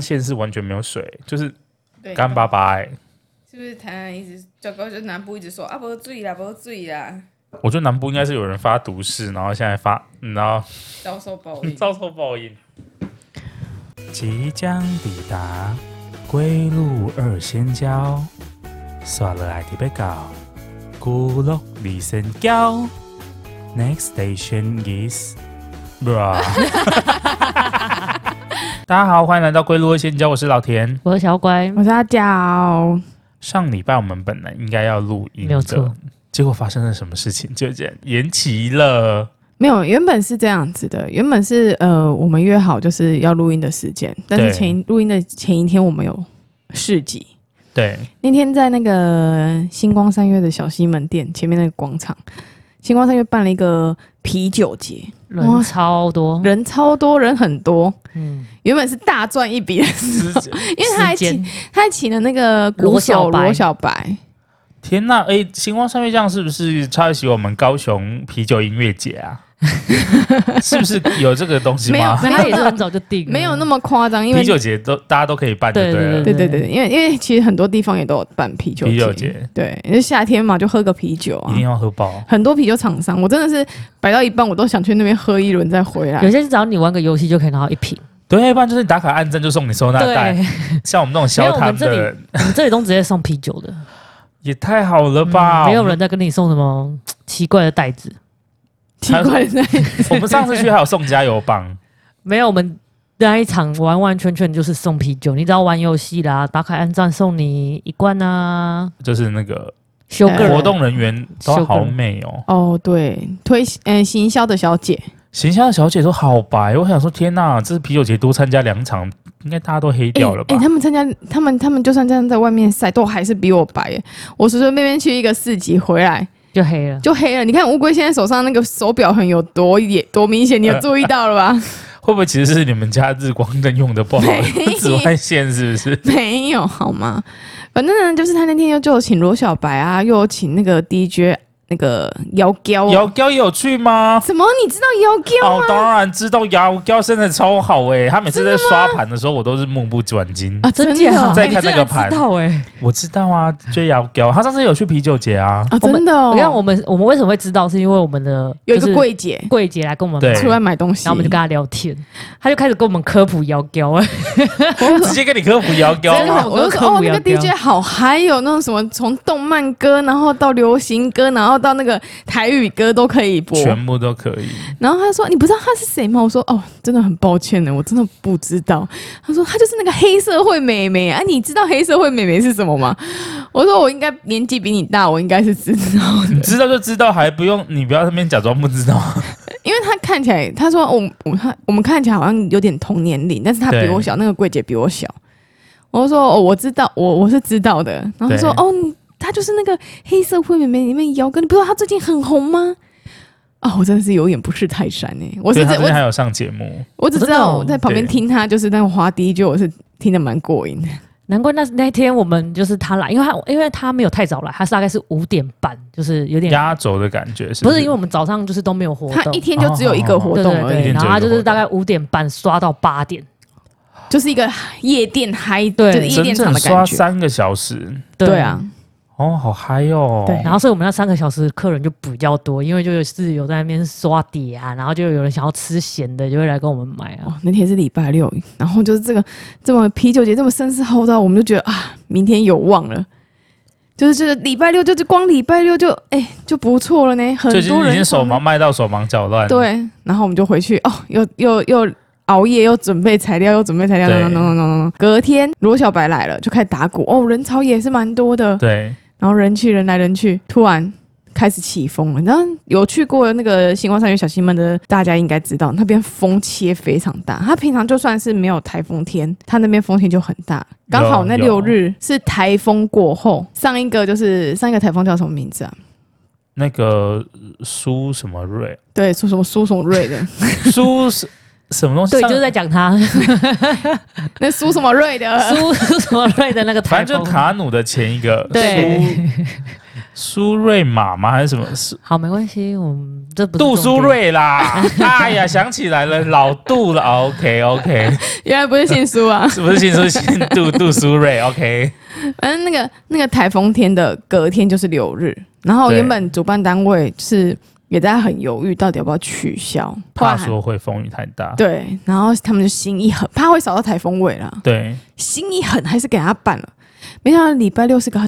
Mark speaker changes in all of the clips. Speaker 1: 县是完全没有水，就是
Speaker 2: 对，
Speaker 1: 干巴巴哎、
Speaker 2: 是不是台南一直糟糕？就南部一直说啊，不醉啦，不醉啦，
Speaker 1: 我觉得南部应该是有人发毒誓，然后现在发，嗯然后。
Speaker 2: 遭受报应
Speaker 1: 遭受报应。即将抵达归路二仙交，刷了来提被搞，孤落李仙交。Next station is bra。大家好，欢迎来到归路二仙交，我是老田。
Speaker 3: 我是小乖，
Speaker 2: 我是阿娇，
Speaker 1: 上礼拜我们本来应该要录音，
Speaker 3: 没有错，
Speaker 1: 结果发生了什么事情？就这样延期了。
Speaker 4: 没有，原本是这样子的，原本是呃，我们约好就是要录音的时间，但
Speaker 1: 对
Speaker 4: 是前录音的前一天我们有市集，
Speaker 1: 对，
Speaker 4: 那天在那个星光三月的小西门店前面那个广场，星光三月办了一个啤酒节，
Speaker 3: 人超多，
Speaker 4: 人超多，人很多，
Speaker 3: 嗯，
Speaker 4: 原本是大赚一笔，因为他还
Speaker 3: 时间
Speaker 4: 请 他还请了那个鼓手
Speaker 3: 罗小白
Speaker 4: 罗小白，
Speaker 1: 天呐，哎、星光三月酱是不是抄袭我们高雄啤酒音乐节 啊？是不是有这个东西
Speaker 4: 没有
Speaker 1: 吗？
Speaker 3: 所以他也是很早就定了，
Speaker 4: 没有那么夸张，因为
Speaker 1: 啤酒节都大家都可以办，对
Speaker 3: 对
Speaker 1: 了。
Speaker 4: 对对对，对因为因为其实很多地方也都有办啤酒
Speaker 1: 啤酒节，
Speaker 4: 对，因为夏天嘛，就喝个啤酒啊
Speaker 1: 一定，要喝爆。
Speaker 4: 很多啤酒厂商，我真的是摆到一半，我都想去那边喝一轮再回 来
Speaker 3: 有。些是只要你玩个游戏就可以拿到一瓶，
Speaker 1: 对，不然就是你打卡按赞就送你收纳袋。像我们这种消
Speaker 3: 没有我
Speaker 1: 摊
Speaker 3: 们这里
Speaker 1: 的，
Speaker 3: 我们这里都直接送啤酒的，
Speaker 1: 也太好了吧？
Speaker 3: 嗯没有人在跟你送什么奇怪的袋子，
Speaker 4: 奇怪 的是，
Speaker 1: 我们。我们上次去还有送加油棒，
Speaker 3: 没有我们。那一场完完全全就是送啤酒，你只要玩游戏啦，打卡按赞送你一罐啊，
Speaker 1: 就是那 个
Speaker 3: 修个人
Speaker 1: 活动人员都
Speaker 3: 修个
Speaker 1: 好
Speaker 3: 人
Speaker 1: 美哦，
Speaker 4: 哦，对，推嗯、呃行销的小姐，
Speaker 1: 形象的小姐都好白。我想说，天呐，这啤酒节多参加两场，应该大家都黑
Speaker 4: 哎
Speaker 1: 掉了吧？
Speaker 4: 他们参加，他们他们就算这样在外面晒，都还是比我白耶。我随随便便去一个市集回来
Speaker 3: 就黑了。
Speaker 4: 就黑了。你看乌龟现在手上那个手表痕有多也多明显，你
Speaker 1: 呃
Speaker 4: 有注意到了吧？
Speaker 1: 会不会其实是你们家日光灯用的不好，紫外线是不 是？
Speaker 4: 没有好吗？反正呢，就是他那天又就有请罗小白啊，又有请那个 DJ 那个姚娇啊。
Speaker 1: 姚娇也有去吗？
Speaker 4: 什么？你知道姚娇
Speaker 1: 哦，当然知道姚娇真的超好哎、欸，她每次在刷盘的时候，我都是目不转睛。
Speaker 4: 啊？
Speaker 3: 真假
Speaker 4: 的
Speaker 1: 再看那个盘
Speaker 3: 你居然知道哎、
Speaker 4: 欸
Speaker 1: 我知道啊，追姚娇，她上次有去啤酒节啊，
Speaker 4: 啊，
Speaker 3: 我们
Speaker 4: 真的哦！
Speaker 3: 我看我们我们为什么会知道，是因为我们的
Speaker 4: 有一
Speaker 3: 就
Speaker 4: 个
Speaker 3: 是
Speaker 4: 柜姐
Speaker 3: 柜姐来跟我们
Speaker 1: 对
Speaker 3: 买
Speaker 4: 出来买东西，
Speaker 3: 然后我们就跟他聊天，他就开始跟我们科普摇雕，哎，
Speaker 1: 直接跟你科普姚娇
Speaker 3: 真
Speaker 1: 吗
Speaker 3: 的？
Speaker 4: 我就说哦，那个 DJ 好嗨哦，那种什么从动漫歌，然后到流行歌，然后到那个台语歌都可以播。
Speaker 1: 全部都可以，
Speaker 4: 然后他说你不知道他是谁吗？我说哦，真的很抱歉呢，我真的不知道。他说他就是那个黑社会美眉啊，你知道黑社会美眉是什么吗？我说我应该年纪比你大，我应该是知道 的。
Speaker 1: 你知道就知道，还不用你不要在那边假装不知道。
Speaker 4: 因为他看起来，他说我们我们看我们看起来好像有点同年龄，但是他比
Speaker 1: 对
Speaker 4: 我小，那个柜姐比我小。我就说哦，我知道，我我是知道的。然后他说
Speaker 1: 对
Speaker 4: 哦，你他就是那个黑社会妹妹里面姚哥，你不知道他最近很红吗？啊、我真的是有眼不识泰山哎、我
Speaker 1: 对，
Speaker 4: 是
Speaker 1: 她
Speaker 4: 只
Speaker 1: 之前还
Speaker 4: 我
Speaker 1: 有上节目，
Speaker 4: 我只知
Speaker 3: 真的
Speaker 4: 道
Speaker 3: 哦
Speaker 4: 我在旁边
Speaker 1: 对
Speaker 4: 听他，就是但我滑第一句我是听得蛮过瘾的。
Speaker 3: 难怪那那天我们就是他来，因为他因为他没有太早来，他是大概是五点半，就是有点
Speaker 1: 压轴的感觉是
Speaker 3: 不
Speaker 1: 是啊
Speaker 3: 是因为我们早上就是都没有活
Speaker 4: 他
Speaker 3: 动哦
Speaker 4: 一。天就只有一个活
Speaker 3: 对
Speaker 4: 动
Speaker 3: 对
Speaker 4: 而
Speaker 1: 一
Speaker 4: 已，
Speaker 1: 天
Speaker 3: 对，然
Speaker 1: 只有
Speaker 3: 后
Speaker 1: 一个
Speaker 3: 他就是
Speaker 1: 活
Speaker 3: 大概五点半刷到八点，
Speaker 4: 就是一个夜店嗨，
Speaker 3: 对
Speaker 4: 就是夜
Speaker 1: 整
Speaker 4: 店场
Speaker 1: 整
Speaker 4: 的
Speaker 1: 刷
Speaker 4: 感觉。
Speaker 1: 三个小时，
Speaker 4: 对啊，，
Speaker 1: 哦，好嗨哦！
Speaker 4: 对
Speaker 3: 然后所以我们那三个小时客人就比较多，因为就是有在那边刷碟啊，然后就有人想要吃咸的就会来跟我们买啊
Speaker 4: 哦，，那天是礼拜六，然后就是这个这么啤酒节这么声势浩大，我们就觉得啊，明天有望了。就是就是礼拜六，就是光礼拜六就哎、就不错了呢，很
Speaker 1: 最近
Speaker 4: 多
Speaker 1: 已
Speaker 4: 人
Speaker 1: 经手
Speaker 4: 上班
Speaker 1: 忙卖到手忙脚乱，，
Speaker 4: 对，然后我们就回去哦，又又又熬夜，又准备材料，又准备材料，
Speaker 1: 对
Speaker 4: no no no no no no。隔天罗小白来了，就开始打鼓哦，人潮也是蛮多的，
Speaker 1: 对，
Speaker 4: 然后人去人来人去，突然开始起风了。然后有去过那个星光三月小西门的，大家应该知道，那边风切非常大。它平常就算是没有台风天，它那边风切就很大。刚好那
Speaker 1: 有
Speaker 4: 六日是台风过后，上一个就是上一个台风叫什么名字啊？
Speaker 1: 那个苏什么瑞，
Speaker 4: 对，说什么苏什么瑞的，
Speaker 1: 苏什什么东西？
Speaker 3: 对，
Speaker 1: 上
Speaker 3: 就是在 讲他
Speaker 4: 那苏什么瑞的，
Speaker 3: 苏苏什么瑞的那个台
Speaker 1: 反正
Speaker 3: 风
Speaker 1: 就，卡努的前一个
Speaker 3: 对
Speaker 1: 苏苏瑞玛吗？还是什么？苏
Speaker 3: 好没关系，我们这不是
Speaker 1: 杜
Speaker 3: 重
Speaker 1: 苏
Speaker 3: 点，
Speaker 1: 芮啦！ 哎呀，想起来了，老杜了。OK OK，
Speaker 4: 原来不是姓苏啊。
Speaker 1: 是不是姓苏姓杜？杜苏芮。OK，
Speaker 4: 反正那个那个台风天的隔天就是六日，然后
Speaker 1: 对
Speaker 4: 原本主办单位是也在很犹豫，到底要不要取消，
Speaker 1: 怕
Speaker 4: 后来
Speaker 1: 说会风雨太大。
Speaker 4: 对，然后他们就心一狠，怕会扫到台风尾啦，
Speaker 1: 对，
Speaker 4: 心一狠还是给他办了。没想到礼拜六是个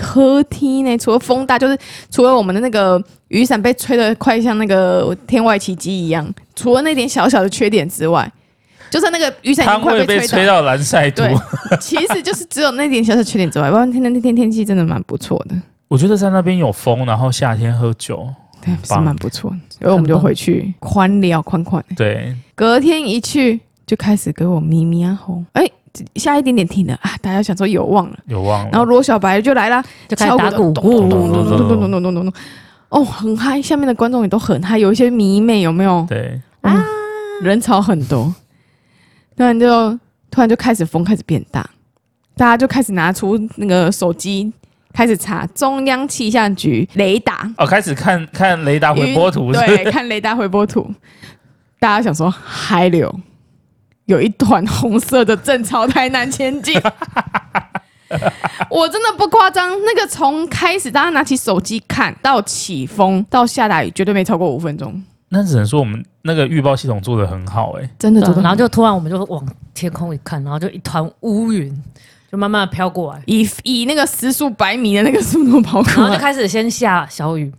Speaker 4: 喝天呢，除了风大，就是除了我们的那个雨伞被吹得快像那个天外奇迹一样，除了那点小小的缺点之外，就算那个雨伞已
Speaker 1: 他
Speaker 4: 经快
Speaker 1: 会被
Speaker 4: 吹
Speaker 1: 吹到蓝晒图。
Speaker 4: 对，其实就是只有那点小小缺点之外，不然那天那天天气真的蛮不错的，
Speaker 1: 我觉得在那边有风，然后夏天喝酒，
Speaker 4: 对，是
Speaker 1: 棒
Speaker 4: 蛮不错的。然后我们就回去宽聊宽宽，
Speaker 1: 对，
Speaker 4: 隔天一去就开始给我咪咪啊吼，哎、下一点点停了啊，大家想说有望了，
Speaker 1: 有忘了。
Speaker 4: 然后罗小白就来啦，
Speaker 3: 就开始打
Speaker 4: 敲鼓
Speaker 3: 鼓，
Speaker 4: 的咚
Speaker 1: 咚
Speaker 4: 咚咚咚咚咚咚咚咚，哦，很嗨，下面的观众也都很嗨，有一些迷妹有没有？
Speaker 1: 对，
Speaker 4: 人潮很多，突然就突然就开始风开始变大，大家就开始拿出那个手机开始查中央气象局雷达
Speaker 1: 哦，开始看看雷达回波图
Speaker 4: 云
Speaker 1: 是不是
Speaker 4: 对，看雷达回波图。大家想说嗨流，有一团红色的正朝台南前 进。我真的不夸张，那个从开始大家拿起手机看到起风到下大雨，绝对没超过五分钟，
Speaker 1: 那只能说我们那个预报系统做的很好哎、
Speaker 4: 真的
Speaker 3: 对
Speaker 4: 做得
Speaker 3: 然后
Speaker 4: 很
Speaker 3: 就突然我们就往天空一看，然后就一团乌云就慢慢的飘 过来，
Speaker 4: 以以那个时速百米的那个速度跑
Speaker 3: 然
Speaker 4: 过
Speaker 3: 后就
Speaker 4: 来，
Speaker 3: 开始先下小雨，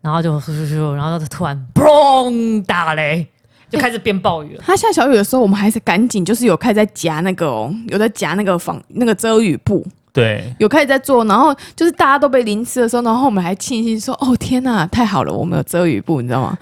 Speaker 3: 然后就咻咻咻，然后就突然砰打 雷，就开始变暴雨了。
Speaker 4: 它下小雨的时候，我们还是赶紧，就是有开始在夹那个哦，有在夹那个防那个遮雨布，
Speaker 1: 对，
Speaker 4: 有开始在做。然后就是大家都被淋湿的时候，然后我们还庆幸说：“哦天呐，太好了，我们有遮雨布，你知道吗？”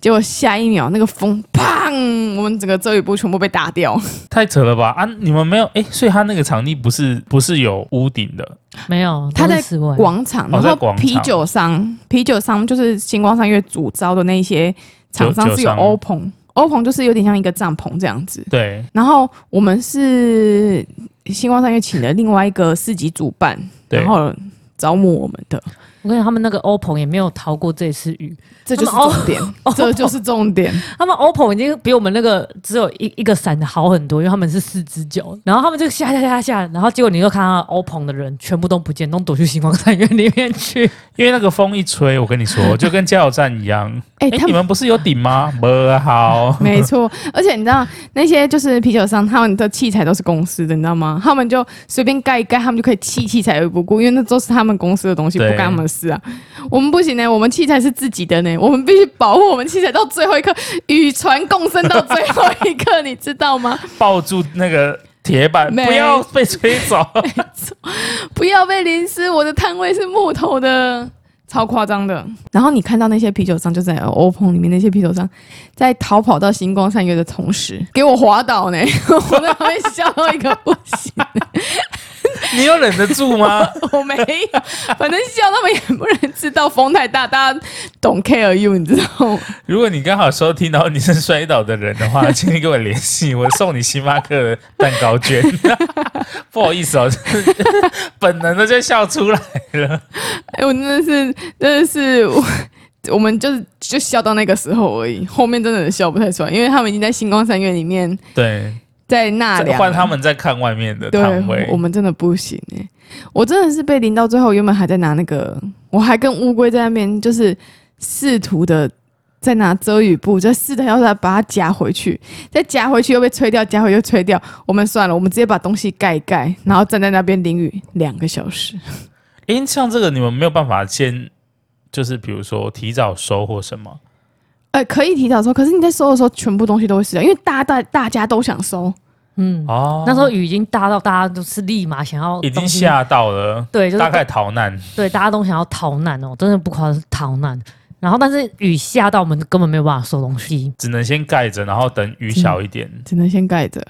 Speaker 4: 结果下一秒那个风，砰，我们整个遮雨布全部被打掉。
Speaker 3: 嗯
Speaker 1: 太扯了吧啊！你们没有哎、所以他那个场地不是不是有屋顶的，
Speaker 3: 没有，
Speaker 4: 他
Speaker 3: 都是
Speaker 4: 在
Speaker 3: 室外
Speaker 4: 广场，
Speaker 1: 哦
Speaker 4: 然
Speaker 1: 在
Speaker 4: 后
Speaker 1: 广场
Speaker 4: 啤酒商，啤酒商就是星光三月主招的那一些厂商
Speaker 1: 酒酒
Speaker 4: 是有
Speaker 1: 商
Speaker 4: open。open 就是有点像一个帐篷这样子，
Speaker 1: 对，
Speaker 4: 然后我们是星光三月请了另外一个市集主办，
Speaker 1: 对
Speaker 4: 然后招募我们的，
Speaker 3: 我跟你讲，他们那个 OPPO 也没有逃过这次雨，
Speaker 4: 这就是
Speaker 3: 他们
Speaker 4: 重点，
Speaker 3: 哦
Speaker 4: 这就是重点。
Speaker 3: 他们 OPPO 已经比我们那个只有一一个伞的好很多，因为他们是四只脚，然后他们就下下下下，然后结果你就看到 OPPO 的人全部都不见，都躲去星光三院里面去。
Speaker 1: 因为那个风一吹，我跟你 说，就跟加油站一样。
Speaker 4: 哎、
Speaker 1: 哎、
Speaker 4: 他
Speaker 1: 你
Speaker 4: 们
Speaker 1: 们不是有顶 吗？不好，
Speaker 4: 没错，而且你知道那些就是啤酒商，他们的器材都是公司的，你知道吗？他们就随便盖一盖，他们就可以弃器材而不顾，因为那都是他们公司的东西，不
Speaker 1: 对
Speaker 4: 干我们的事啊。我们不行呢、我们器材是自己的呢、我们必须保护我们器材到最后一刻，与船共生到最后一刻，你知道吗？
Speaker 1: 抱住那个铁板，
Speaker 4: 没
Speaker 1: 不要被吹 走。
Speaker 4: 不要被淋湿，我的摊位是木头的，超夸张的。然后你看到那些啤酒商，就在呃 OPPO 里面那些啤酒商，在逃跑到星光三月的同时，给我滑倒呢， 我在旁边笑到一个不行，
Speaker 1: 你有忍得住吗？
Speaker 4: 我没有，反正笑他们也不能知道风太大，大家 don't care you，你知道吗？
Speaker 1: 如果你刚好收听到你是摔倒的人的 话，请你跟我联系，我送你星巴克的蛋糕 券。不好意思哦， 本能的就笑出来了。
Speaker 4: 哎、我真的是，真的是我。我们就是就笑到那个时候而已，后面真的笑不太出来，因为他们已经在星光三月里面
Speaker 1: 对，
Speaker 4: 在
Speaker 3: 啊
Speaker 4: 纳凉了，
Speaker 1: 换他们在看外面的
Speaker 4: 对
Speaker 1: 摊位，
Speaker 4: 我。们真的不行哎、我真的是被淋到最后，原本还在拿那个，我还跟乌龟在那边就是试图的在拿遮雨布，就试着要再把它夹回去，再夹回去又被吹掉，夹回去又吹掉。我们算了，我们直接把东西盖一盖，然后站在那边淋雨两个小时。
Speaker 1: 因为像这个，你们没有办法先，就是比如说提早收或什么。
Speaker 4: 呃，可以提早收，可是你在收的时候，全部东西都会湿掉，因为大大大家都想收，
Speaker 3: 嗯，
Speaker 1: 哦，
Speaker 3: 那时候雨已经大到大家都是立马想要
Speaker 1: 已经
Speaker 3: 东西，
Speaker 1: 吓到了，
Speaker 3: 对，就是
Speaker 1: 大概逃难。
Speaker 3: 对，大家都想要逃难哦，真的不夸张，逃难。然后但是雨下到我们根本没有办法收东西，
Speaker 1: 只能先盖着，然后等雨小一点。
Speaker 4: 只能先盖着，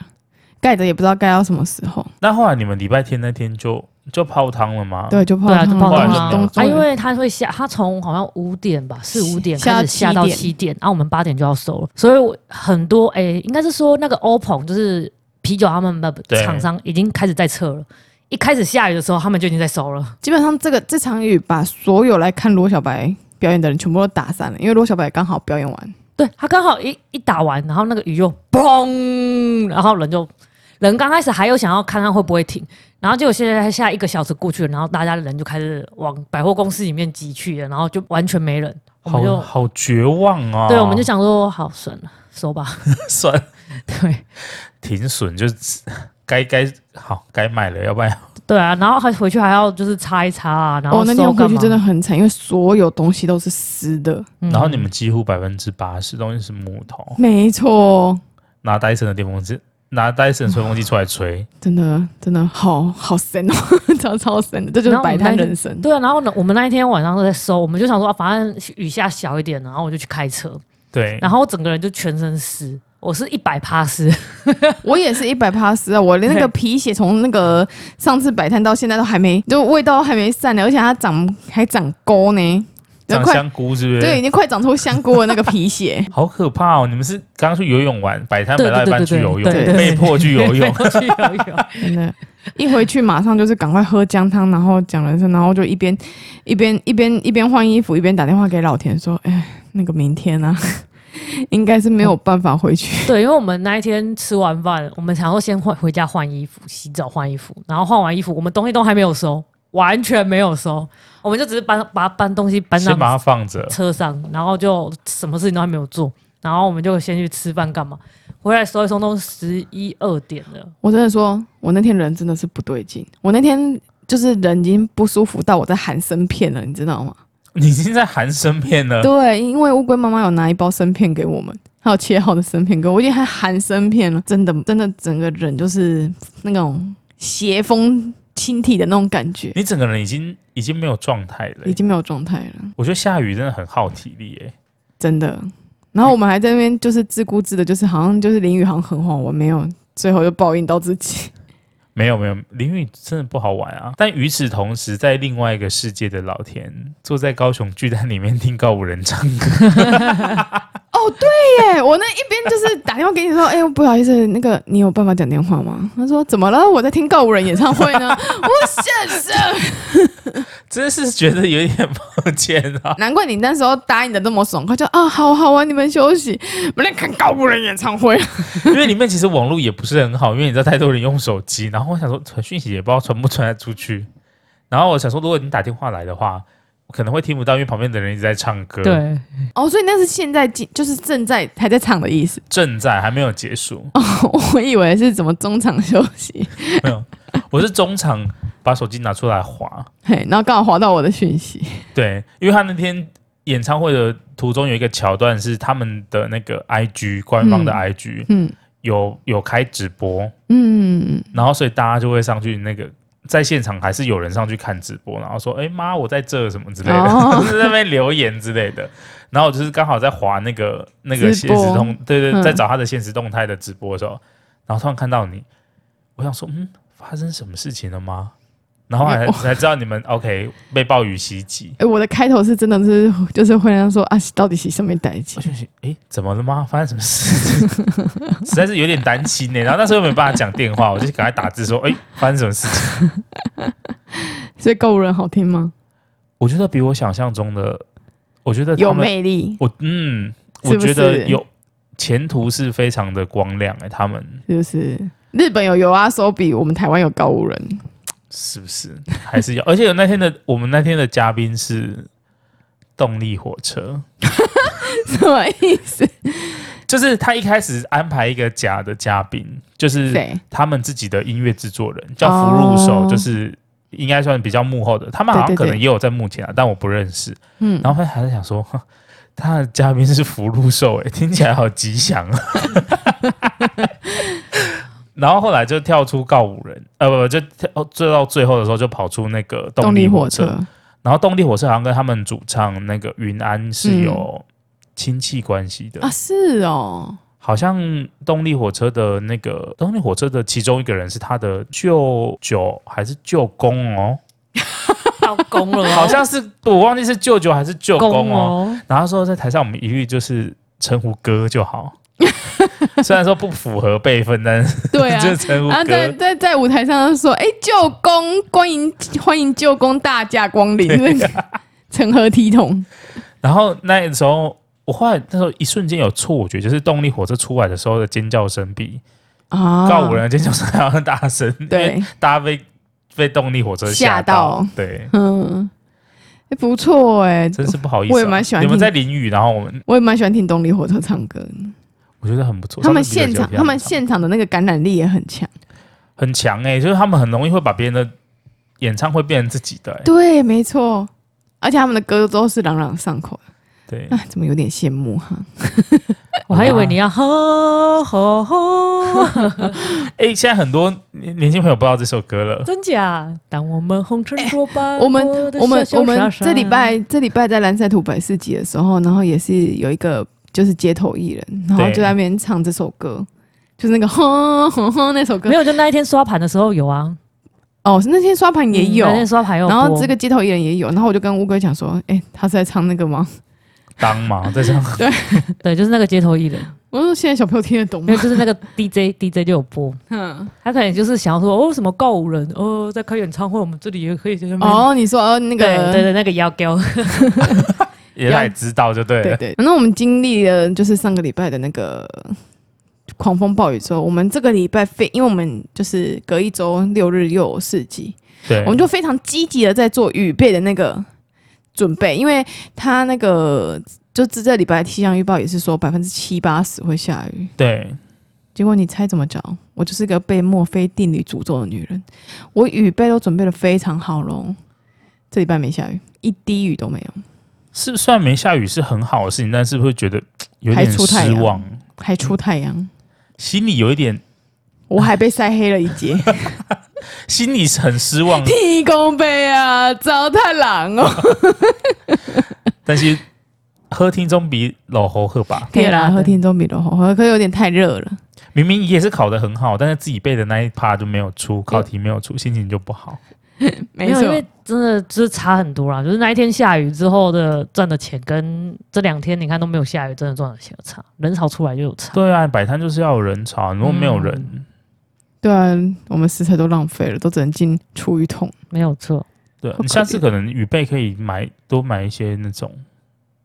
Speaker 4: 盖着也不知道盖到什么时候。
Speaker 1: 那后来你们礼拜天那天就就泡汤了吗？，
Speaker 4: 对，就泡
Speaker 3: 对啊，就
Speaker 4: 汤
Speaker 3: 泡
Speaker 1: 后来
Speaker 3: 汤
Speaker 1: 就
Speaker 3: 啊
Speaker 1: 没有
Speaker 4: 东
Speaker 1: 做
Speaker 3: 啊，
Speaker 4: 东
Speaker 3: 因为它会下，它从好像五点吧，四五点
Speaker 4: 下
Speaker 3: 开
Speaker 4: 到
Speaker 3: 始下
Speaker 4: 7
Speaker 3: 到
Speaker 4: 点
Speaker 3: 七点，啊然后、我们八点就要收了，所以我很多诶、应该是说那个 OPPO 就是啤酒他们的
Speaker 1: 对
Speaker 3: 厂商已经开始在撤了。一开始下雨的时候，他们就已经在收了。
Speaker 4: 基本上这个这场雨把所有来看罗小白表演的人全部都打散了，因为罗小白刚好表演完，
Speaker 3: 对他刚好一一打完，然后那个雨就嘣，然后人就人刚开始还有想要看看会不会停，然后结果现在下一个小时过去了，然后大家人就开始往百货公司里面挤去了，然后就完全没人，我们就
Speaker 1: 好好绝望哦。
Speaker 3: 对，我们就想说好算了， 收吧，
Speaker 1: 算
Speaker 3: 对
Speaker 1: 停损就 该该好该买了，要不然
Speaker 3: 对啊，然后还回去还要就是擦一擦啊，然后
Speaker 4: 哦，那
Speaker 3: 收
Speaker 4: 天
Speaker 3: 干
Speaker 4: 回
Speaker 3: 嘛
Speaker 4: 去真的很惨，因为所有东西都是湿的，
Speaker 3: 嗯
Speaker 1: 然后你们几乎百分之八十东西是木头，
Speaker 4: 没错，
Speaker 1: 拿戴森的电风机，拿戴森的吹风机出来 吹，
Speaker 4: 真的真的好好神哦， 超超神的，这就是
Speaker 3: 然后我们
Speaker 4: 摆摊
Speaker 3: 那天
Speaker 4: 人生。
Speaker 3: 对啊，然后呢，我们那一天晚上都在收，我们就想说，啊、反正雨下小一点，然后我就去开车，
Speaker 1: 对，
Speaker 3: 然后我整个人就全身湿，我是一百趴湿，
Speaker 4: 我也是一百八十啊，我连那 个皮鞋从那个上次摆摊到现在都还没，就味道还没散呢，而且它长还长沟呢，就
Speaker 1: 长
Speaker 4: 快
Speaker 1: 香菇是不是？，
Speaker 4: 对，已，经快长出香菇的那个皮鞋
Speaker 1: 好可怕哦！你们是刚刚去游泳玩，摆摊
Speaker 3: 对
Speaker 1: 摆到
Speaker 3: 对
Speaker 1: 一半
Speaker 3: 对
Speaker 1: 去
Speaker 3: 对
Speaker 1: 游
Speaker 3: 对
Speaker 1: 泳，
Speaker 3: 对，
Speaker 1: 被迫去游泳，
Speaker 3: 被迫去游泳。
Speaker 4: 真的，一回去马上就是赶快喝姜汤，然后讲人生，然后就一边一边一边一边换衣服，一边打电话给老田说，哎，那个明天啊， 应该是没有办法回去。
Speaker 3: 对，因为我们那一天吃完饭，我们想说先换回家换衣服、洗澡换衣服，然后换完衣服，我们东西都还没有收，完全没有收，我们就只是搬把搬东西 搬
Speaker 1: 先把它
Speaker 3: 到
Speaker 1: 放 着。
Speaker 3: 车上，然后就什么事情都还没有做，然后我们就先去吃饭干嘛，回来收一收都十一二点了。
Speaker 4: 我真的说，我那天人真的是不对劲，我那天就是人已经不舒服到我在喊生片了，你知道吗？
Speaker 1: 你已经在含生片了，
Speaker 4: 对，因为乌龟妈妈有拿一包生片给我们，还有切好的生片给我，我已经还含生片了，真的真的整个人就是那种邪风侵体的那种感觉，
Speaker 1: 你整个人已经已经没有状态了欸
Speaker 4: 已。经没有状态了，
Speaker 1: 我觉得下雨真的很耗体力欸耶。
Speaker 4: 真的。然后我们还在那边就是自顾自的，就是好像就是淋雨好像很好，我没有，最后就报应到自己。
Speaker 1: 没有没有，淋雨真的不好玩啊！但与此同时，在另外一个世界的老田，坐在高雄巨蛋里面听告五人唱歌，
Speaker 4: 哦，对 耶，我那一边就是打电话给你说，哎、不好意思，那个你有办法讲电话吗？他说怎么了？我在听告五人演唱会 呢。我先生，
Speaker 1: 真是觉得有点抱歉啊。
Speaker 4: 难怪你那时候答应的那么爽快，就啊好好啊，你们休息，我们来看告五人演唱会。
Speaker 1: 因为里面其实网络也不是很好，因为你知道太多人用手机，然后我想说传讯息也不知道传不传得出去，然后我想说如果你打电话来的话，我可能会听不到，因为旁边的人一直在唱歌，，
Speaker 3: 对，
Speaker 4: 哦，所以那是现在进就是正在还在唱的意思。
Speaker 1: 正在还没有结束，
Speaker 4: 我以为是怎么中场休息，
Speaker 1: 没有，我是中场把手机拿出来划，
Speaker 4: 嘿，然后刚好滑到我的讯息。
Speaker 1: 对，因为他那天演唱会的途中有一个桥段是他们的那个 IG 官方的
Speaker 4: 嗯
Speaker 1: IG、
Speaker 4: 嗯
Speaker 1: 有有开直播，
Speaker 4: 嗯，
Speaker 1: 然后所以大家就会上去那个。在现场还是有人上去看直播，然后说：“哎、妈，我在这什么之类的，
Speaker 4: 哦
Speaker 1: 在那边留言之类的。”然后我就是刚好在划那个那个
Speaker 4: 直
Speaker 1: 现
Speaker 4: 播
Speaker 1: 实动，对对，
Speaker 4: 嗯
Speaker 1: 在找他的现实动态的直播的时候，然后突然看到你，我想说：“嗯，发生什么事情了吗？”然后还
Speaker 4: 哦
Speaker 1: 才知道你们 OK 被暴雨袭击，
Speaker 4: 哎、我的开头是真的是就是会让他说啊，到底是什么代际
Speaker 1: 我？就想，哎，怎么了吗？发生什么事？ 实在是有点担心呢、然后那时候又没办法讲电话，我就赶快打字说，哎，发生什么事情？
Speaker 4: 所以告五人好听吗？
Speaker 1: 我觉得比我想象中的，我觉得他
Speaker 4: 有
Speaker 1: 们，
Speaker 4: 魅力，
Speaker 1: 我嗯，
Speaker 4: 是
Speaker 1: 我
Speaker 4: 不是
Speaker 1: 觉得有前途是非常的光亮哎、他们
Speaker 4: 是不是？日本有有啊，手比我们台湾有告五人，
Speaker 1: 是不是还是要？而且有那天的我们那天的嘉宾是动力火车，
Speaker 4: 什么意思？
Speaker 1: 就是他一开始安排一个假的嘉宾，就是
Speaker 4: 对，
Speaker 1: 他们自己的音乐制作人，叫福禄寿，
Speaker 4: 哦
Speaker 1: 就是应该算比较幕后的。他们好像
Speaker 4: 对对
Speaker 1: 可
Speaker 4: 对
Speaker 1: 能也有在幕前啊，但我不认识。
Speaker 4: 嗯，
Speaker 1: 然后他还在想说，哼他的嘉宾是福禄寿，哎，听起来好吉祥 啊。然后后来就跳出告五人，呃，不不，就跳最到最后的时候就跑出那个动力火车。然后动力火车好像跟他们主唱那个云安是有亲戚关系的
Speaker 4: 啊，是哦，
Speaker 1: 好像动力火车的那个动力火车的其中一个人是他的舅舅还是舅公哦，
Speaker 3: 到工了哦，
Speaker 1: 好像是我忘记是舅舅还是舅公
Speaker 3: 工
Speaker 1: 哦。
Speaker 3: 哦，
Speaker 1: 然后说在台上我们一律就是称呼哥就好， 虽然说不符合辈分，但是
Speaker 4: 对 啊
Speaker 1: 就。称呼
Speaker 4: 啊，在
Speaker 1: 哥。
Speaker 4: 在在舞台上说，哎、舅 公，欢迎欢迎舅公大驾光临，那个成何体统？
Speaker 1: 然后那时候我后来那时候一瞬间有错觉，就是动力火车出来的时候的尖叫声比
Speaker 4: 啊
Speaker 1: 告五人的尖叫声还要大声，因为
Speaker 4: 对，
Speaker 1: 大家被被动力火车
Speaker 4: 吓
Speaker 1: 到，
Speaker 4: 到
Speaker 1: 对，
Speaker 4: 嗯，欸不错哎、
Speaker 1: 真是不好意思、啊。
Speaker 4: 我也蛮喜欢
Speaker 1: 你们
Speaker 4: 听
Speaker 1: 在淋雨，然后我们
Speaker 4: 我也蛮喜欢听动力火车唱歌的，
Speaker 1: 我觉得很不错。
Speaker 4: 他们
Speaker 1: 上次比
Speaker 4: 现
Speaker 1: 较
Speaker 4: 场
Speaker 1: 久听
Speaker 4: 他们现场的那个感染力也很强。
Speaker 1: 很强哎、就是他们很容易会把别人的演唱会变成自己的、欸，
Speaker 4: 对，没错，而且他们的歌都是朗朗上口的，
Speaker 1: 对，
Speaker 4: 哎，怎么有点羡慕啊哈？
Speaker 3: 我还以为你要吼吼吼，
Speaker 1: 哎、现在很多年年轻朋友不知道这首歌了，
Speaker 3: 真假？当我们红尘作伴，
Speaker 4: 我们
Speaker 3: 过得
Speaker 4: 我们
Speaker 3: 潇潇
Speaker 4: 我们
Speaker 3: 洒洒
Speaker 4: 这礼拜这礼拜在蓝赛土百事集的时候，然后也是有一个就是街头艺人，然后
Speaker 1: 对
Speaker 4: 就在那边唱这首歌，就是那个哼哼哼那首歌
Speaker 3: 没。有，就那一天刷盘的时候有啊，
Speaker 4: 哦，是那天刷盘也
Speaker 3: 嗯
Speaker 4: 有
Speaker 3: 那，天刷盘有播。
Speaker 4: 然后这个街头艺人也有，然后我就跟乌龟讲说，哎、他是在唱那个吗？
Speaker 1: 当 嘛，在这样
Speaker 3: 对，就是那个街头艺人，
Speaker 4: 我说现在小朋友听得懂
Speaker 3: 没
Speaker 4: 吗
Speaker 3: 有，？就是那个 DJ DJ 就有播，
Speaker 4: 嗯，
Speaker 3: 他可能就是想要说哦什么告五人哦，在开演唱会，我们这里也可以在那边。
Speaker 4: 哦，你说、呃、那
Speaker 3: 对
Speaker 4: 个
Speaker 3: 对对，那个要给
Speaker 1: 也太知道就对了。
Speaker 4: 对对，那我们经历了就是上个礼拜的那个狂风暴雨之后，我们这个礼拜非因为我们就是隔一周六日又有市集，
Speaker 1: 对，
Speaker 4: 我们就非常积极的在做预备的那个准备，因为他那个就这这礼拜气象预报也是说百分之七八十会下雨，
Speaker 1: 对
Speaker 4: 结果你猜怎么着？我就是个被墨菲定律诅咒的女人，我雨备都准备的非常好喽，这礼拜没下雨，一滴雨都没有，
Speaker 1: 是虽然没下雨是很好的事情，但是会觉得嘖有点
Speaker 4: 还出太
Speaker 1: 失
Speaker 4: 阳
Speaker 1: 望，
Speaker 4: 还出太
Speaker 1: 嗯
Speaker 4: 阳，
Speaker 1: 心里有一点，
Speaker 4: 我还被晒黑了一截。，
Speaker 1: 心里是很失望
Speaker 4: 天公伯啊，糟蹋人 哦！
Speaker 1: 但是喝听中比老猴喝吧，
Speaker 4: 可以啦，喝天中比罗红，可有点太热了。
Speaker 1: 明明也是考得很好，但是自己背的那一趴就没有出，考题没有出，心情就不好。
Speaker 3: 嗯没有，因为真的就是差很多啦。就是那一天下雨之后的赚的钱，跟这两天你看都没有下雨，真的赚的钱有差，人潮出来就有差。
Speaker 1: 对啊，摆摊就是要有人潮，如果
Speaker 3: 嗯
Speaker 1: 没有人，
Speaker 4: 对啊，我们食材都浪费了，都只能进厨余桶。
Speaker 3: 没有错，
Speaker 1: 对啊
Speaker 4: 好
Speaker 1: 你
Speaker 4: 可
Speaker 1: 下次
Speaker 4: 怜
Speaker 1: 可能雨备可以买多买一些那种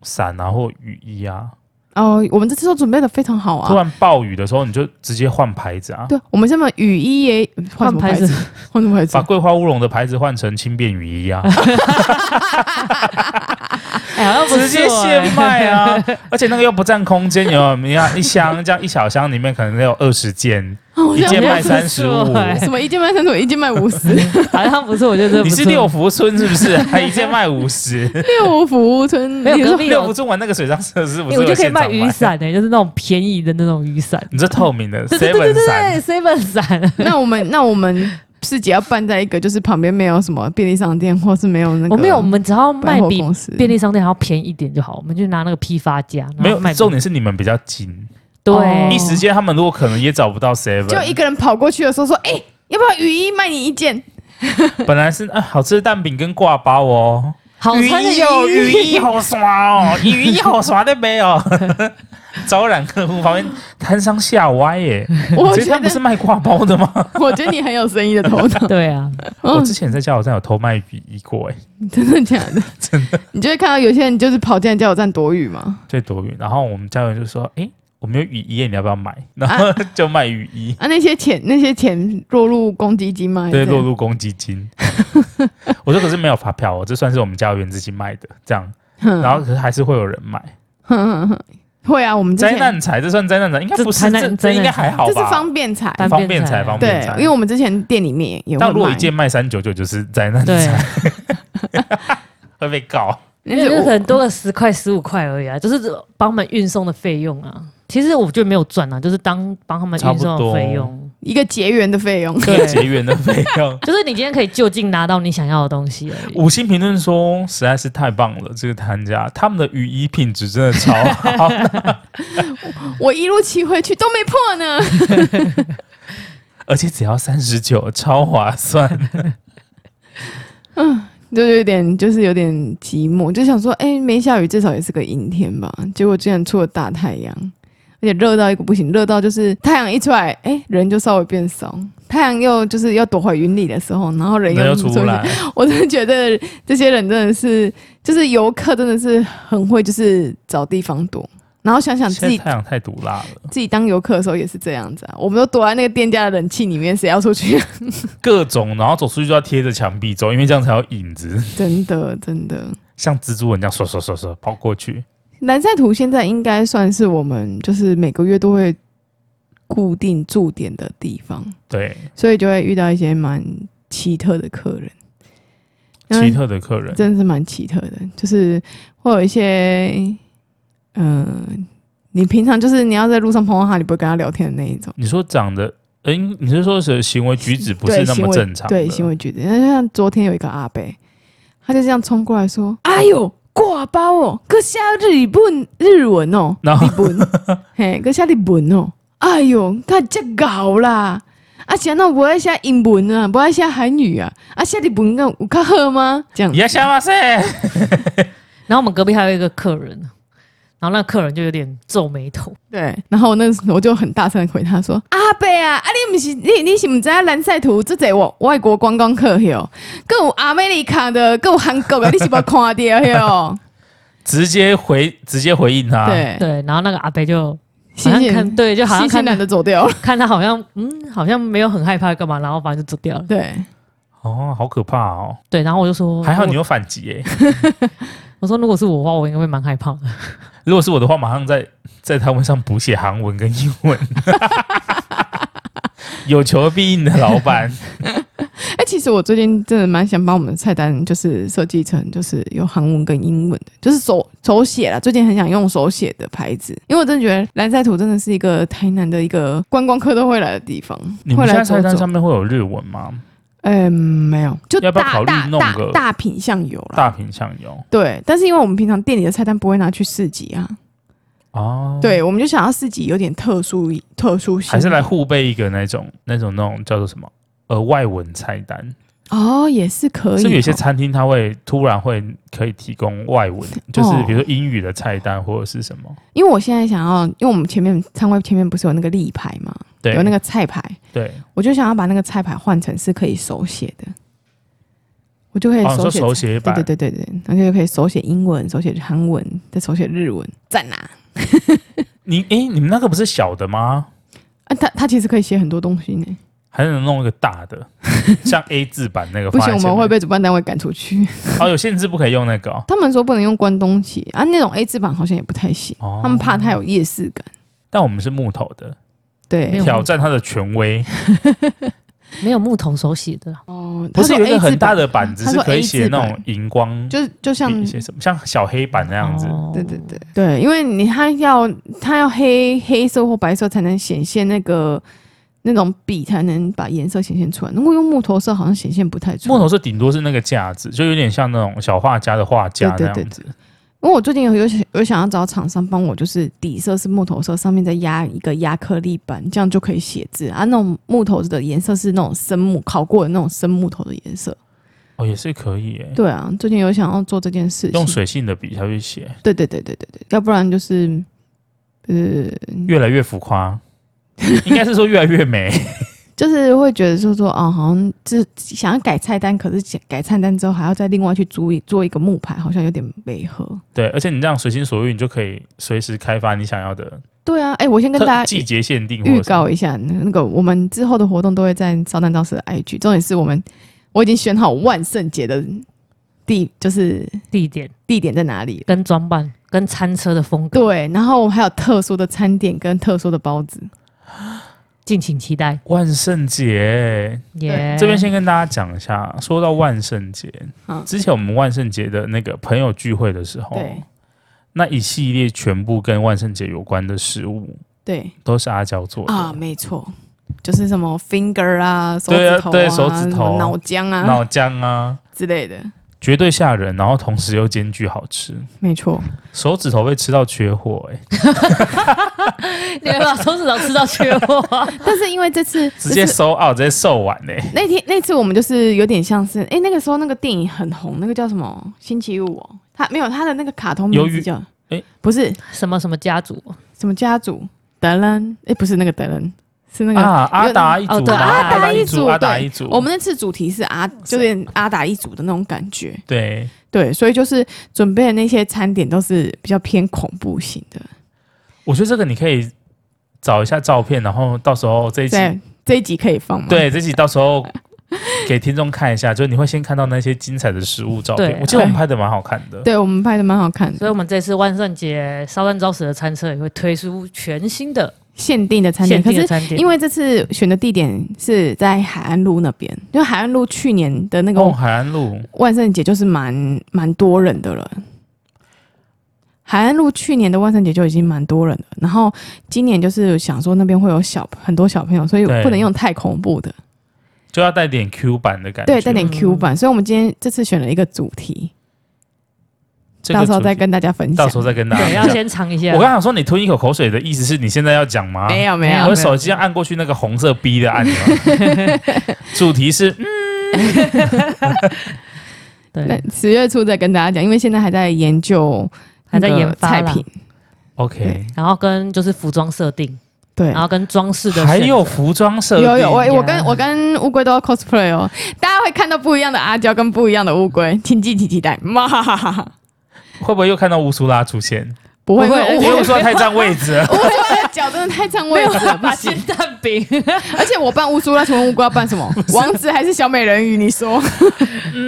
Speaker 1: 伞啊或雨衣啊，
Speaker 4: 哦，我们这次都准备的非常好
Speaker 1: 突
Speaker 4: 啊。
Speaker 1: 然暴雨的时候你就直接换牌子啊，
Speaker 4: 对，我们现在雨衣也换什么
Speaker 3: 牌
Speaker 4: 牌子，换什么牌子
Speaker 1: 把？桂花乌龙的牌子换成轻便雨衣 啊，
Speaker 3: 哎、好像不
Speaker 1: 直接
Speaker 3: 错
Speaker 1: 现卖 啊，而且那个又不占空间，有没有你看一箱这样一小箱里面可能有二十件，
Speaker 4: 啊我
Speaker 1: 一
Speaker 4: 现在
Speaker 1: 件卖
Speaker 3: 不
Speaker 1: 三十
Speaker 3: 错
Speaker 1: 五。
Speaker 3: 哎
Speaker 4: 什么一件卖三十，一件卖五十，
Speaker 3: 好像不错，我觉得这不
Speaker 1: 你
Speaker 3: 错
Speaker 1: 是六福村是不 是？还一件卖五十？
Speaker 4: 六福村
Speaker 3: 没有
Speaker 4: 你
Speaker 3: 隔
Speaker 4: 说
Speaker 3: 壁
Speaker 1: 六福
Speaker 3: 有，
Speaker 1: 村玩那个水上设施不
Speaker 3: 哎
Speaker 1: 是
Speaker 3: 我
Speaker 1: 有
Speaker 3: 觉得可以
Speaker 1: 现场
Speaker 3: 卖雨伞呢、就是那种便宜的那种雨伞。
Speaker 1: 你这透明的
Speaker 3: 对对
Speaker 1: seven
Speaker 3: 对对
Speaker 1: 伞，
Speaker 3: 对，seven 伞，
Speaker 4: 那我们那我们市集要办在一个就是旁边没有什么便利商店，或是没有那个
Speaker 3: 我们有，我们只要
Speaker 4: 百
Speaker 3: 卖
Speaker 4: 货
Speaker 3: 比
Speaker 4: 公司
Speaker 3: 便利商店还要便宜一点就好，我们就拿那个批发价，然后
Speaker 1: 没有
Speaker 3: 卖。
Speaker 1: 重点是你们比较紧，
Speaker 4: 哦
Speaker 3: 对
Speaker 1: 一时间他们如果可能也找不到 seven，
Speaker 4: 就一个人跑过去的时候说：“哎、要不要雨衣卖你一件？”
Speaker 1: 本来是啊好吃的蛋饼跟挂包哦，
Speaker 3: 好
Speaker 1: 雨
Speaker 3: 穿的，
Speaker 1: 衣哦，雨衣好刷哦，雨衣好刷的没有， 招揽客户旁边摊商吓歪耶，
Speaker 4: 我
Speaker 1: 觉得
Speaker 4: 觉
Speaker 1: 他不是
Speaker 4: 得，
Speaker 1: 卖挂包的吗？
Speaker 4: 我觉得你很有生意的头 脑
Speaker 3: 对 啊，
Speaker 1: 我
Speaker 4: 嗯
Speaker 1: 之前在加油站有偷卖雨衣过哎，
Speaker 4: 真的假的？真的，你就会看到有些人就是跑进来加油站躲雨嘛。
Speaker 1: 最多雨，然后我们家人就说哎。我没有雨衣耶，你要不要买？然后就卖雨衣，
Speaker 4: 啊，那些钱那些钱落入公积金吗？
Speaker 1: 对，落入公积金。我说可是没有发票哦，这算是我们家园自己卖的，这样。
Speaker 4: 哼，
Speaker 1: 然
Speaker 4: 然
Speaker 1: 后可是还是会有人买，
Speaker 4: 后会啊，我们之
Speaker 1: 灾
Speaker 4: 前
Speaker 1: 难财，这算灾难财？应该
Speaker 3: 这
Speaker 1: 不是，
Speaker 3: 灾难
Speaker 1: 这
Speaker 3: 灾
Speaker 1: 这
Speaker 3: 难
Speaker 1: 应该还好
Speaker 4: 这
Speaker 1: 吧？
Speaker 4: 是方便财，
Speaker 3: 方
Speaker 1: 方便
Speaker 3: 财
Speaker 1: 财，方便
Speaker 4: 对
Speaker 1: 财。，
Speaker 4: 因为我们之前店里面也会
Speaker 1: 但如果一
Speaker 4: 卖，
Speaker 1: 件卖三九九，就是灾难
Speaker 3: 对啊
Speaker 1: 财，， 会被告。
Speaker 4: 那
Speaker 3: 就是是可
Speaker 4: 我
Speaker 3: 能多个十块十五块而已啊， 就是帮他们运送的费用啊。其实我觉得没有赚啊，就是当帮他们运送的费
Speaker 1: 差
Speaker 3: 用，。
Speaker 4: 一个结缘的 费用。
Speaker 1: 可以结缘的费用
Speaker 3: 就是你今天可以就近拿到你想要的东西而已。
Speaker 1: 五星评论说实在是太棒了，这个摊家他们的雨衣品质真的超 好。
Speaker 4: 我一路骑回去都没破呢。
Speaker 1: 而且只要三十九，超划算。
Speaker 4: 就有点，就是有点寂寞，就想说，哎、没下雨至少也是个阴天吧。结果竟然出了大太阳，而且热到一个不行，热到就是太阳一出来，哎、人就稍微变少。太阳又就是要躲回云里的时候，然后人
Speaker 1: 那
Speaker 4: 又
Speaker 1: 又出不来，
Speaker 4: 我真的觉得这些人真的是，就是游客真的是很会，就是找地方躲。然后想想自
Speaker 1: 现在
Speaker 4: 己
Speaker 1: 太阳太毒辣了，
Speaker 4: 自己当游客的时候也是这样子啊，我们都躲在那个店家的冷气里面，谁要出去、啊？
Speaker 1: 各种，然后走出去就要贴着墙壁走，因为这样才有影子，
Speaker 4: 真的真的，
Speaker 1: 像蜘蛛人这样刷刷刷刷跑过去。
Speaker 4: 南赛图现在应该算是我们就是每个月都会固定驻点的地方，
Speaker 1: 对，
Speaker 4: 所以就会遇到一些蛮奇特的客人。
Speaker 1: 奇特的客人，
Speaker 4: 真的是蛮奇特的，就是会有一些，嗯、你平常就是你要在路上碰到他，你不会跟他聊天的那一种，
Speaker 1: 你说长得，哎、你是说是行为举止不
Speaker 4: 对
Speaker 1: 是那
Speaker 4: 行
Speaker 1: 么
Speaker 4: 为
Speaker 1: 正常的
Speaker 4: 对行为举止。那就像昨天有一个阿伯，他就这样冲过来说：“哎呦，挂包哦，搁写日本日文哦，
Speaker 1: 然后
Speaker 4: 日 本，嘿，搁写日本哦，哎呦，他这搞啦。”啊，是安那不爱写英文啊，不爱写韩语啊，啊写日本敢有较好吗？这样
Speaker 1: 你要下马赛，
Speaker 3: 然后我们隔壁还有一个客人，啊然后那客人就有点皱眉头，
Speaker 4: 对，然后那时候我就很大声地回他说：“阿伯啊，啊你不是你你是不知道蓝赛图这侪外外国观光客哟，更有阿美利卡的，更有韩国的，你是不看到哟？
Speaker 1: 直接回直接回应啊他，，
Speaker 4: 对，
Speaker 3: 对，然后那个阿北就好
Speaker 4: 欣
Speaker 3: 像
Speaker 4: 欣
Speaker 3: 看对，就好像
Speaker 4: 欣
Speaker 3: 看
Speaker 4: 欣懒得 走掉了。
Speaker 3: 看他好像嗯，好像没有很害怕干嘛，然后反正就走掉了。
Speaker 4: 对，
Speaker 1: 哦，好可怕哦，
Speaker 3: 对，然后我就说，
Speaker 1: 还好你
Speaker 3: 我
Speaker 1: 有反击哎、
Speaker 3: 我说如果是我的话，我应该会蛮害怕的。
Speaker 1: 如果是我的话，马上在在他们上补写韩文跟英 文。有求必应的老 板，
Speaker 4: 哎、其实我最近真的蛮想把我们的菜单就是设计成就是有韩文跟英文的，就是手手写啦。最近很想用手写的牌子，因为我真的觉得蓝赛图真的是一个台南的一个观光客都会来的地方。
Speaker 1: 你
Speaker 4: 会
Speaker 1: 们现在
Speaker 4: 来
Speaker 1: 菜
Speaker 4: 走
Speaker 1: 单
Speaker 4: 走
Speaker 1: 上面会有日文吗？
Speaker 4: 嗯，没有，就
Speaker 1: 要不要
Speaker 4: 大
Speaker 1: 考虑
Speaker 4: 大
Speaker 1: 弄
Speaker 4: 大
Speaker 1: 个
Speaker 4: 大品相有啦。
Speaker 1: 大品相有
Speaker 4: 对，但是因为我们平常店里的菜单不会拿去市集啊，
Speaker 1: 哦，，
Speaker 4: 对，我们就想要市集有点特殊特殊性，
Speaker 1: 还是来互备一个那种那种那种叫做什么额外文菜单？
Speaker 4: 哦，也是可以哦、
Speaker 1: 是不是有些餐厅它会突然会可以提供外文，
Speaker 4: 哦
Speaker 1: 就是比如说英语的菜单或者是什么？
Speaker 4: 因为我现在想要，因为我们前面餐位前面不是有那个立牌嘛，
Speaker 1: 对，
Speaker 4: 有那个菜牌，
Speaker 1: 对，
Speaker 4: 我就想要把那个菜牌换成是可以手写的，我就可以
Speaker 1: 哦，你
Speaker 4: 手
Speaker 1: 说
Speaker 4: 写、
Speaker 1: 手写
Speaker 4: 对
Speaker 1: 版，
Speaker 4: 对对对对，然后就可以手写英文、手写韩文、再手写日文，赞呐、啊！
Speaker 1: 你诶，你们那个不是小的吗？
Speaker 4: 它它啊其实可以写很多东西呢，
Speaker 1: 还能弄一个大的， 像 A 字版那个
Speaker 4: 不
Speaker 1: 放
Speaker 4: 行，
Speaker 1: 在
Speaker 4: 我
Speaker 1: 前面？
Speaker 4: 们会被主办单位赶出去。
Speaker 1: 哦，有限制不可以用那个哦。
Speaker 4: 他们说不能用关东旗啊，那种 A 字版好像也不太行，
Speaker 1: 哦
Speaker 4: 他们怕它有夜市感。
Speaker 1: 但我们是木头的，
Speaker 3: 没
Speaker 4: 对
Speaker 3: 有，
Speaker 1: 挑战它的权威。
Speaker 3: 没有木桶手写的，
Speaker 4: 哦，
Speaker 1: 不是有一个很大的
Speaker 4: 他说 A
Speaker 1: 板
Speaker 4: 字
Speaker 1: 子是可以写那
Speaker 4: 他说
Speaker 1: 种荧光，
Speaker 4: 就就像
Speaker 1: 一些什么，像小黑板那样子。
Speaker 3: 哦
Speaker 4: 对对对对，因为你它要它要黑黑色或白色才能显现那个那种笔才能把颜色显现出来，如果用木头色好像显现不太出来。
Speaker 1: 木头是顶多是那个架子，就有点像那种小画家的画架那
Speaker 4: 对对对
Speaker 1: 样子。
Speaker 4: 因为我最近有有想有想要找厂商帮我，就是底色是木头色，上面再压一个压克力板，这样就可以写字啊。那种木头的颜色是那种生木烤过的那种生木头的颜色。
Speaker 1: 哦，也是可以诶，
Speaker 4: 对啊，最近有想要做这件事情。
Speaker 1: 用水性的笔下去写，
Speaker 4: 对对对对对对，要不然就是呃，
Speaker 1: 越来越浮 夸，应该是说越来越美。
Speaker 4: 就是会觉得说说哦，好像就是想要改菜单，可是改改菜单之后还要再另外去租一做一个木牌，好像有点违和。
Speaker 1: 对，而且你这样随心所欲，你就可以随时开发你想要的
Speaker 4: 对啊，哎、我先跟
Speaker 1: 特
Speaker 4: 大家
Speaker 1: 季节限定或
Speaker 4: 预
Speaker 1: 者什么
Speaker 4: 告一下，那个我们之后的活动都会在烧蛋造势的 IG，重点是我们我已经选好万圣节的地，就是
Speaker 3: 地点
Speaker 4: 地点在哪里了。
Speaker 3: 跟装扮跟餐车的风格，
Speaker 4: 对，然后我们还有特殊的餐点跟特殊的包子，
Speaker 3: 敬请期待。
Speaker 1: 万圣节，
Speaker 4: 哎
Speaker 3: 耶，
Speaker 1: 这边先跟大家讲一下，说到万圣节
Speaker 4: 嗯，
Speaker 1: 之前我们万圣节的那个朋友聚会的时候
Speaker 4: 对，
Speaker 1: 那一系列全部跟万圣节有关的食物
Speaker 4: 对
Speaker 1: 都是阿娇做的，
Speaker 4: 啊，没错，就是什么 finger 啊，手
Speaker 1: 对啊
Speaker 4: 指头啊，
Speaker 1: 对手指头
Speaker 4: 什么脑浆啊
Speaker 1: 脑浆啊，
Speaker 4: 之类的，
Speaker 1: 绝对吓人，然后同时又兼具好吃，
Speaker 4: 没错。
Speaker 1: 手指头被吃到缺货、欸，
Speaker 3: 你们把手指头吃到缺 货，
Speaker 4: 但是因为这次
Speaker 1: 直接
Speaker 4: 就是
Speaker 1: 收 out，直接售完哎、欸
Speaker 4: 那天那次我们就是有点像是，哎、那个时候那个电影很红，那个叫什么星期五、哦，他没有他的那个卡通名
Speaker 1: 鱿
Speaker 4: 字
Speaker 1: 鱼
Speaker 4: 叫，
Speaker 1: 诶
Speaker 4: 不是
Speaker 3: 什么什么家族，
Speaker 4: 什么家族，德伦，哎，不是那个德伦，是那个、
Speaker 1: 啊，阿达一
Speaker 3: 哦
Speaker 1: 族
Speaker 3: 对
Speaker 1: 吗？
Speaker 3: 阿达
Speaker 1: 达
Speaker 4: 一
Speaker 1: 族，
Speaker 4: 族
Speaker 1: 阿达
Speaker 4: 对
Speaker 1: 一族。
Speaker 4: 我们那次主题是阿，就有点阿达一族的那种感觉。
Speaker 1: 对
Speaker 4: 对，所以就是准备的那些餐点都是比较偏恐怖型的。
Speaker 1: 我觉得这个你可以找一下照片，然后到时候这一期，
Speaker 4: 在这一集可以放吗？，
Speaker 1: 对这一集到时候给听众看一下，就是你会先看到那些精彩的食物照片。
Speaker 3: 对
Speaker 1: 我记得我们拍的蛮好看的，
Speaker 4: 对我们拍的蛮好看
Speaker 3: 所以
Speaker 4: 的，
Speaker 3: 我们这次万圣节烧蛋招死的餐车也会推出全新的
Speaker 4: 限定的餐
Speaker 3: 限
Speaker 4: 点。可
Speaker 3: 定的
Speaker 4: 是
Speaker 3: 餐点，
Speaker 4: 因
Speaker 3: 为
Speaker 4: 为这次选的地点是在海岸路那边，因为海岸路去年的那个
Speaker 1: 哦，海岸路
Speaker 4: 万圣节就是蛮蛮多人的了。海岸路去年的万圣节就已经蛮多人了，然后今年就是想说那边会有小很多小朋友，所以
Speaker 1: 对
Speaker 4: 不能用太恐怖的，
Speaker 1: 就要带点 Q 版的感觉，
Speaker 4: 对，带点 Q
Speaker 3: 嗯
Speaker 4: 版。所以我们今天这次选了一个主题，
Speaker 1: 这个
Speaker 4: 到时候
Speaker 1: 主
Speaker 4: 再
Speaker 1: 题
Speaker 4: 跟大家分享。
Speaker 1: 到时候再跟大家
Speaker 3: 对要
Speaker 1: 分享。
Speaker 3: 先尝一下。
Speaker 1: 我刚想说你吞一口口水的意思是你现在要讲吗？
Speaker 4: 没有没
Speaker 3: 没
Speaker 1: 啊
Speaker 4: 有，
Speaker 1: 我的
Speaker 4: 没
Speaker 1: 手
Speaker 4: 有
Speaker 1: 机要按过去那个红色 B 的 按钮。主题是嗯
Speaker 4: 对
Speaker 3: 对，
Speaker 4: 十月初再跟大家讲，因为现在还在研究
Speaker 3: 还在
Speaker 4: 那个
Speaker 3: 研发
Speaker 4: 菜
Speaker 3: 啦
Speaker 4: 品，
Speaker 1: OK，
Speaker 3: 然后跟就是服装设定，
Speaker 4: 对
Speaker 3: 然。后跟装饰的
Speaker 1: 还
Speaker 3: 选
Speaker 1: 有服装设计，
Speaker 4: 有有，我
Speaker 3: 呀
Speaker 4: 我跟我跟乌龟都要 cosplay 哦，大家会看到不一样的阿娇跟不一样的乌龟，请敬请期待。妈哈哈哈哈，
Speaker 1: 会不会又看到乌苏拉出 现？
Speaker 4: 不会，
Speaker 3: 不会
Speaker 4: 因为
Speaker 1: 因
Speaker 4: 乌
Speaker 1: 为乌
Speaker 4: 龟
Speaker 1: 苏拉太占位置了。
Speaker 4: 乌龟的脚真的太占位置了，不
Speaker 3: 把
Speaker 4: 行
Speaker 3: 煎。蛋饼，
Speaker 4: 而且我扮乌苏拉，请问乌龟要扮什么？王子 还是小美人鱼？你说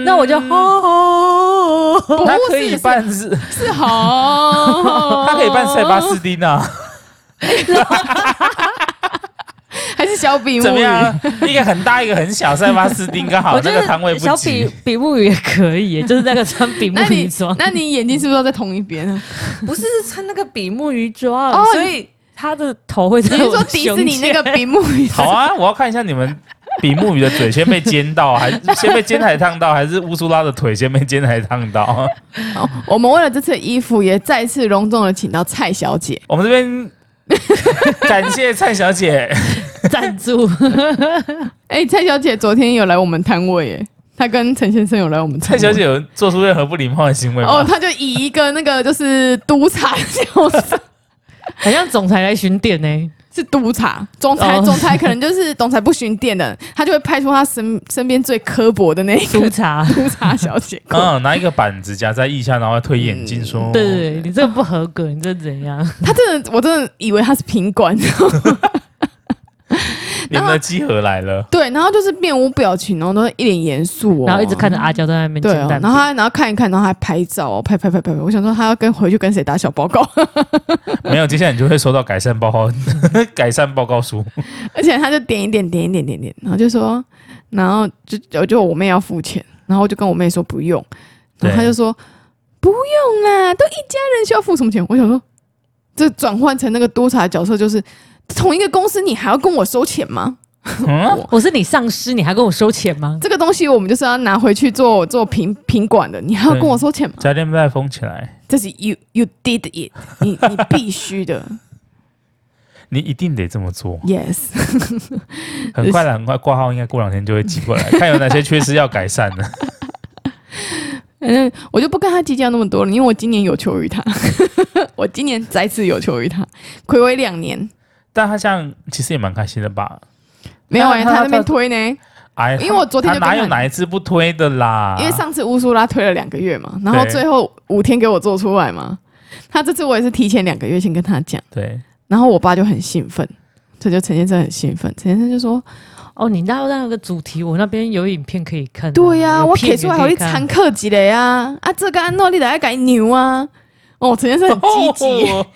Speaker 3: 那我就哦，
Speaker 4: 不
Speaker 1: 他可以
Speaker 4: 是
Speaker 1: 扮是，
Speaker 4: 是哦
Speaker 3: 哦
Speaker 4: 好，
Speaker 1: 他可以扮塞巴斯啊蒂娜，
Speaker 4: 还是小比目
Speaker 1: 怎么
Speaker 4: 鱼？
Speaker 1: 样？一个很大，一个很小，塞巴斯汀刚好
Speaker 3: 我
Speaker 1: 那
Speaker 3: 觉
Speaker 1: 个
Speaker 3: 得
Speaker 1: 摊位不
Speaker 3: 小比
Speaker 1: 挤。
Speaker 3: 比目鱼也可以耶， 就是那个穿比目
Speaker 4: 那
Speaker 3: 鱼
Speaker 4: 你
Speaker 3: 装，
Speaker 4: 那你眼睛是不是都在同一边啊？
Speaker 3: 不是是穿那个比目鱼装，
Speaker 4: 哦
Speaker 3: 所以他的头会在
Speaker 4: 你是
Speaker 3: 我
Speaker 4: 说
Speaker 3: 的
Speaker 4: 迪士
Speaker 3: 胸
Speaker 4: 尼那
Speaker 3: 前
Speaker 4: 个比目鱼？
Speaker 1: 好啊，我要看一下你们比目鱼的嘴先被煎到， 还是先被煎台烫到，还是乌苏拉的腿先被煎台烫到？
Speaker 4: 哦，我们为了这次的衣服，也再次隆重的请到蔡小姐。
Speaker 1: 我们这 边感谢蔡小姐，
Speaker 3: 赞助？
Speaker 4: 哎、蔡小姐昨天有来我们摊位耶，她跟陈先生有来我们摊
Speaker 1: 蔡小
Speaker 4: 位。
Speaker 1: 姐有做出任何不礼貌的行为吗？
Speaker 4: 哦，她就以一个那个就是督察角色，
Speaker 3: 好像总裁来巡店 呢，
Speaker 4: 是督察总裁，
Speaker 3: 哦
Speaker 4: 总裁可能就是总裁不巡店的，她就会派出她身身边最刻薄的那一
Speaker 3: 督
Speaker 4: 个
Speaker 3: 察。啊
Speaker 4: 督察小姐过来。
Speaker 1: 嗯，拿一个板子夹在腋下，然后推眼镜说：“
Speaker 3: 嗯对对对，你这个不合格，你这怎样？
Speaker 4: 她真的，我真的以为她是品管。
Speaker 1: 你们的集合来了。
Speaker 4: 对，然后就是面无表情，然后都一脸严肃哦，
Speaker 3: 然后一直看着阿娇在那边
Speaker 4: 对
Speaker 3: 煎
Speaker 4: 哦，
Speaker 3: 蛋饼，
Speaker 4: 然后他然后看一看，然后还拍照哦，拍拍拍拍拍。我想说他要跟回去跟谁打小报告，
Speaker 1: 没有，接下来你就会收到改善报告， 改善报告书。
Speaker 4: 而且他就点一点点一点点点，然后就说，然后就我就我妹要付钱，然后我就跟我妹说不用，然后他
Speaker 1: 对
Speaker 4: 就说不用啦，都一家人需要付什么钱？我想说，这转换成那个督察的角色就是同一个公司，你还要跟我收钱吗？
Speaker 1: 嗯，
Speaker 3: 我是你上司，你还跟我收钱吗？
Speaker 4: 这个东西我们就是要拿回去做做品品管的，你还要跟我收钱吗？
Speaker 1: 家电被封起来，
Speaker 4: 这是 you you did it，你你必须的
Speaker 1: 你一定得这么做。
Speaker 4: ，yes。
Speaker 1: 很快了，很快挂号应该过两天就会寄 过来，看有哪些缺失要改善的。
Speaker 4: 嗯，我就不跟他计较那么多了，因为我今年有求于他， 我今年再次有求于他，暌违两年，
Speaker 1: 但他这样其实也蛮开心的吧？
Speaker 4: 没有哎、
Speaker 1: 他
Speaker 4: 他
Speaker 1: 他
Speaker 4: 在那边推呢，
Speaker 1: 哎，
Speaker 4: 因为我昨天
Speaker 1: 他
Speaker 4: 就
Speaker 1: 哪
Speaker 4: 跟
Speaker 1: 有
Speaker 4: 他，
Speaker 1: 哪一次不推的啦？
Speaker 4: 因为上次乌苏拉推了两个月嘛，然后
Speaker 1: 啊对
Speaker 4: 最后五天给我做出来嘛，他这次我也是提前两个月先跟他讲，
Speaker 1: 对
Speaker 4: 然后我爸就很兴奋，这就陈先生很兴奋，陈先生就说，
Speaker 3: 哦，你那那个主题，我那边有影片可以看啊。
Speaker 4: 对呀、
Speaker 3: 有
Speaker 4: 我
Speaker 3: 片
Speaker 4: 提出来
Speaker 3: 也可
Speaker 4: 好
Speaker 3: 以
Speaker 4: 你
Speaker 3: 看
Speaker 4: 参考一个啊，啊这个安诺你得要改牛啊，哦，陈先生很积 极耶。
Speaker 1: 哦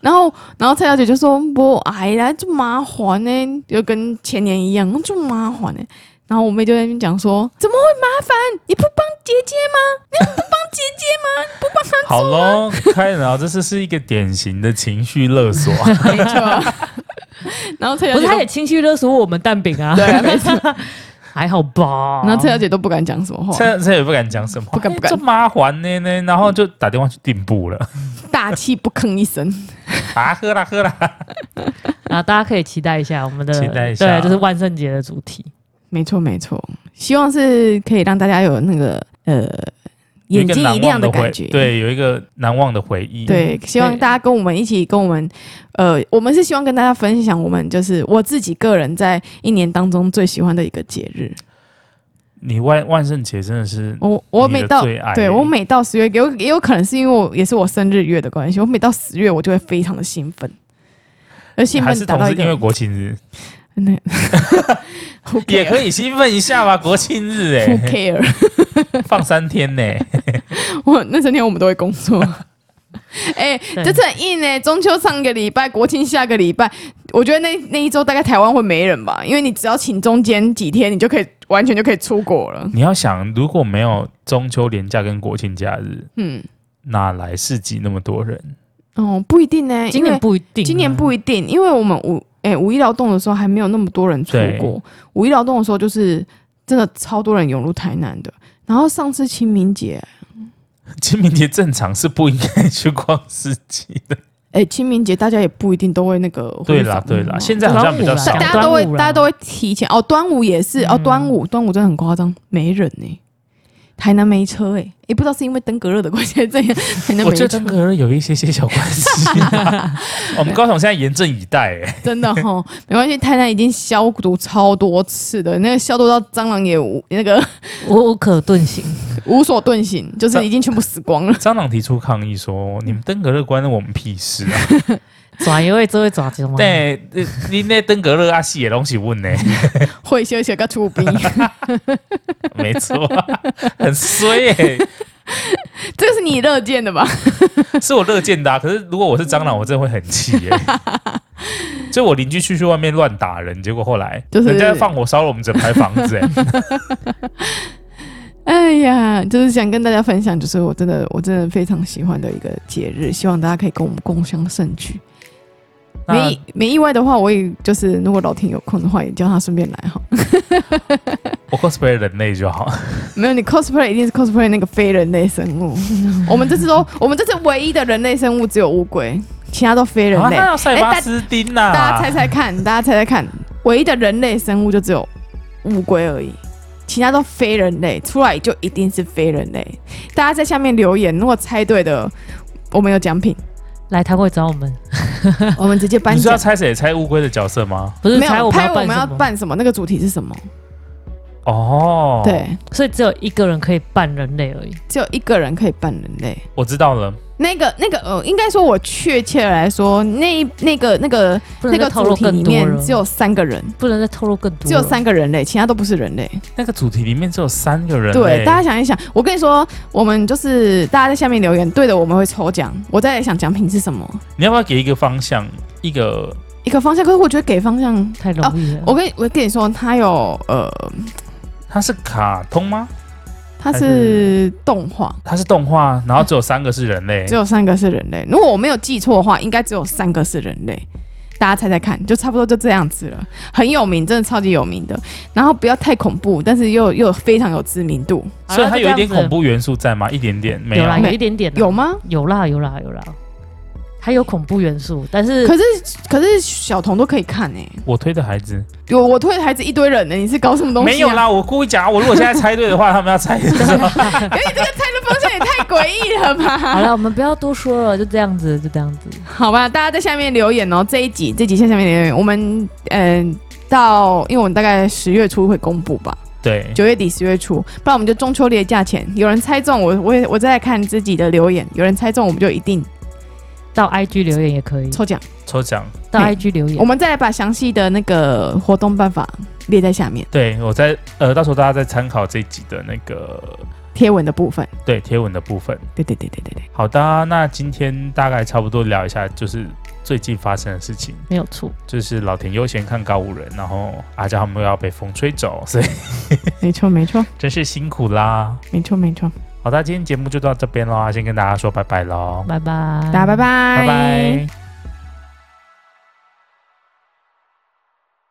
Speaker 4: 然后，然后蔡小姐就说：“不，哎呀，就麻烦呢、就跟前年一样，就麻烦呢、然后我妹就在那边讲说：“怎么会麻烦？你不帮姐姐吗？你不帮姐姐吗？你不帮她
Speaker 1: 好喽，开始啊，这是是一个典型的情绪勒 索。
Speaker 4: 没错。然后蔡小
Speaker 3: 不
Speaker 4: 姐
Speaker 3: 是，
Speaker 4: 都
Speaker 3: 他也情绪勒索我们蛋饼啊。
Speaker 4: 对啊，没错。
Speaker 3: 还好吧。
Speaker 4: 然后蔡小姐都不敢讲什么话，
Speaker 1: 这这也不敢讲什么，
Speaker 4: 不敢不敢
Speaker 1: 哎这麻烦呢呢，然后就打电话去订布了。
Speaker 4: 大气不吭一声。
Speaker 1: 啊，喝啦喝啦，
Speaker 3: 啊，大家可以期待一下我们的，
Speaker 1: 期待一下
Speaker 3: 对，就是万圣节的主题。
Speaker 4: 没错，没错。希望是可以让大家有那个呃
Speaker 1: 有
Speaker 4: 眼
Speaker 1: 一个
Speaker 4: 睛
Speaker 1: 难
Speaker 4: 一
Speaker 1: 忘
Speaker 4: 亮
Speaker 1: 的回
Speaker 4: 感觉。
Speaker 1: 对，有一个难忘的回忆。，
Speaker 4: 对，希望
Speaker 3: 对
Speaker 4: 大家跟我们一起，跟我们，呃，我们是希望跟大家分享我们就是我自己个人在一年当中最喜欢的一个节日。
Speaker 1: 你万万圣节真的是
Speaker 4: 我我
Speaker 1: 嗯你的
Speaker 4: 每到
Speaker 1: 最爱欸
Speaker 4: 对我每到十月，有也有可能是因为我也是我生日月的关系，我每到十月我就会非常的兴奋，而兴
Speaker 1: 还是
Speaker 4: 奋达
Speaker 1: 同
Speaker 4: 到
Speaker 1: 时
Speaker 4: 一
Speaker 1: 因为
Speaker 4: 个
Speaker 1: 国庆日
Speaker 4: 那 who
Speaker 1: 也
Speaker 4: care
Speaker 1: 可以兴奋一下吧？国庆日
Speaker 4: who
Speaker 1: 哎，
Speaker 4: care，
Speaker 1: 放三天欸呢，
Speaker 4: 我那三天我们都会工作。 哎、
Speaker 3: 对
Speaker 4: 这次很硬哎、中秋上个礼拜，国庆下个礼拜，我觉得那那一周大概台湾会没人吧，因为你只要请中间几天，你就可以完全就可以出国了。
Speaker 1: 你要想，如果没有中秋连假跟国庆假日，
Speaker 4: 嗯，
Speaker 1: 哪来市集那么多人？
Speaker 4: 哦，不一定呢、
Speaker 3: 今
Speaker 4: 因为
Speaker 3: 年不一定，
Speaker 4: 今年不一定，啊因为我们五哎、五一劳动的时候还没有那么多人出国，五一劳动的时候就是真的超多人涌入台南的。然后上次清明节，
Speaker 1: 清明节正常是不应该 去逛市集的。
Speaker 4: 哎、清明节大家也不一定都会那个嗯
Speaker 1: 对
Speaker 4: 啦
Speaker 1: 啦，对啦，
Speaker 4: 啦，
Speaker 1: 现在好像比较少
Speaker 3: 啊端午
Speaker 4: 大家都会
Speaker 3: 啦端午啦
Speaker 4: 大家都会提前哦，端午也是、哦，
Speaker 3: 嗯
Speaker 4: 端午端午真的很夸张，没人呢、台南没车哎、也不知道是因为登革热的关系还是 怎样，台南
Speaker 1: 我
Speaker 4: 没
Speaker 1: 觉得
Speaker 4: 车
Speaker 1: 跟个人有一些些小关系、啊 我们高雄现在严阵以待、哎，
Speaker 4: 真的哈，没关系，台南已经消毒超多次的，那个消毒到蟑螂也无那 个
Speaker 3: 无可遁形。
Speaker 4: 无所遁形，就是已经全部死光 了。
Speaker 1: 蟑螂提出抗议说：“你们登革热关我们屁事 啊
Speaker 3: 抓一位，这位抓什么？！”
Speaker 1: 对，呃你那登革热啊，是的东西问 呢、
Speaker 4: 会休息个出 兵，
Speaker 1: 没错，很衰哎、
Speaker 4: 这个是你乐见的吧？
Speaker 1: 是我乐见的、啊。可是如果我是蟑螂，我真的会很 气哎、就我邻居去去外面乱打人，结果后来
Speaker 4: 就是
Speaker 1: 人家放火烧了我们整排房子、 哎。
Speaker 4: 哎呀，就是想跟大家分享，就是我真的我真的非常喜欢的一个节日，希望大家可以跟我们共襄盛举。
Speaker 1: 那
Speaker 4: 没意没意外的话，我也就是如果老天有空的话，也叫他顺便来 哈。
Speaker 1: 我 cosplay 人类就好。
Speaker 4: 没有，你 cosplay 一定是 cosplay 那个非人类生 物。我们这次都，我们这次唯一的人类生物只有乌龟，其他都非人类。哎
Speaker 1: 啊，塞巴
Speaker 4: 大
Speaker 1: 斯丁啊呐、
Speaker 4: 大家猜猜看，大家猜猜看，唯一的人类生物就只有乌龟而已，其他都非人类，出来就一定是非人类。大家在下面留言，如果猜对的，我们有奖 品，
Speaker 3: 来台会找我们，
Speaker 4: 我们直接颁
Speaker 1: 你是要
Speaker 4: 奖。
Speaker 1: 猜谁？猜乌龟的角色吗？
Speaker 3: 不是
Speaker 4: 没
Speaker 3: 猜
Speaker 4: 有
Speaker 3: 们
Speaker 4: 拍
Speaker 3: 要
Speaker 4: 我
Speaker 3: 办
Speaker 4: 们
Speaker 3: 什
Speaker 4: 要
Speaker 3: 么？
Speaker 4: 办什么？那个主题是什么？
Speaker 1: 哦，，
Speaker 4: 对，
Speaker 3: 所以只有一个人可以扮人类而已。
Speaker 4: 只有一个人可以扮人类。
Speaker 1: 我知道了。
Speaker 4: 那个、那个，呃，应该说，我确切地来说，那一那个、那个、
Speaker 3: 不
Speaker 4: 那
Speaker 3: 能再
Speaker 4: 个
Speaker 3: 透
Speaker 4: 主
Speaker 3: 露
Speaker 4: 题里
Speaker 3: 更多
Speaker 4: 面
Speaker 3: 了，
Speaker 4: 只有三个人，
Speaker 3: 不能再透露更多了，
Speaker 4: 只有三个人类，其他都不是人类。
Speaker 1: 那个主题里面只有三个人类，欸
Speaker 4: 对，大家想一想，我跟你说，我们就是大家在下面留言，对的，我们会抽奖。我在想奖品是什么，
Speaker 1: 你要不要给一个方向？一个
Speaker 4: 一个方向。可是我觉得给方向，
Speaker 3: 太容易了。
Speaker 4: 哦我跟我跟你说，它有呃，
Speaker 1: 它是卡通吗？
Speaker 4: 它
Speaker 1: 还是
Speaker 4: 是动画，
Speaker 1: 它是动画，然后只有三个是人类
Speaker 4: 只。有三个是人类。如果我没有记错的话，应该只有三个是人类。大家猜猜看，就差不多就这样子了，很有名，真的超级有名的。然后不要太恐怖，但是又又非常有知名度，
Speaker 3: 好啦
Speaker 1: 所以它有一点
Speaker 3: 就这
Speaker 1: 恐
Speaker 3: 样子
Speaker 1: 怖元素在吗？一点点没
Speaker 3: 有
Speaker 1: 有。啊
Speaker 3: 啦，
Speaker 4: 没
Speaker 3: 有一点
Speaker 1: 嗯
Speaker 3: 点啦
Speaker 4: 有吗？
Speaker 3: 有啦有啦有啦，它有恐怖元素，但是
Speaker 4: 可是可是小童都可以看哎、
Speaker 1: 我推的孩子
Speaker 4: 有我推的孩子一堆人呢、你是搞什么东西、啊？
Speaker 1: 没有啦，我故意讲。我如果现在猜对的话，他们要猜什 么？
Speaker 4: 方向也太诡异了
Speaker 3: 好
Speaker 4: 吧？
Speaker 3: 了，我们不要多说了，就这样子，就这样子。
Speaker 4: 好吧，大家在下面留言哦。这一集，这集在下面留言。我们嗯、到，因为我们大概十月初会公布吧，
Speaker 1: 对，
Speaker 4: 九月底十月初，不然我们就中秋连假前，有人猜中我，我也我再来看自己的留言，有人猜中我们就一定
Speaker 3: 到 IG 留言也可以，
Speaker 4: 抽奖。
Speaker 1: 抽奖。
Speaker 3: 到
Speaker 4: 嘿
Speaker 3: IG 留言
Speaker 4: 我。们再来把详细的那个活动办法列在下面
Speaker 1: 对我在呃，到时候大家再参考这一集的那个
Speaker 4: 贴文的部分。
Speaker 1: 对贴文的部分。
Speaker 4: 对对对对对对，
Speaker 1: 好的，那今天大概差不多聊一下，就是最近发生的事情，
Speaker 3: 没有错，
Speaker 1: 就是老田悠闲看高五人，然后阿娇他们又要被风吹走，所以
Speaker 4: 没错没错
Speaker 1: 真是辛苦啦。
Speaker 4: 没错没错。
Speaker 1: 好的，今天节目就到这边喽，先跟大家说拜拜喽，
Speaker 3: 拜拜，
Speaker 4: 大家拜拜
Speaker 1: 拜拜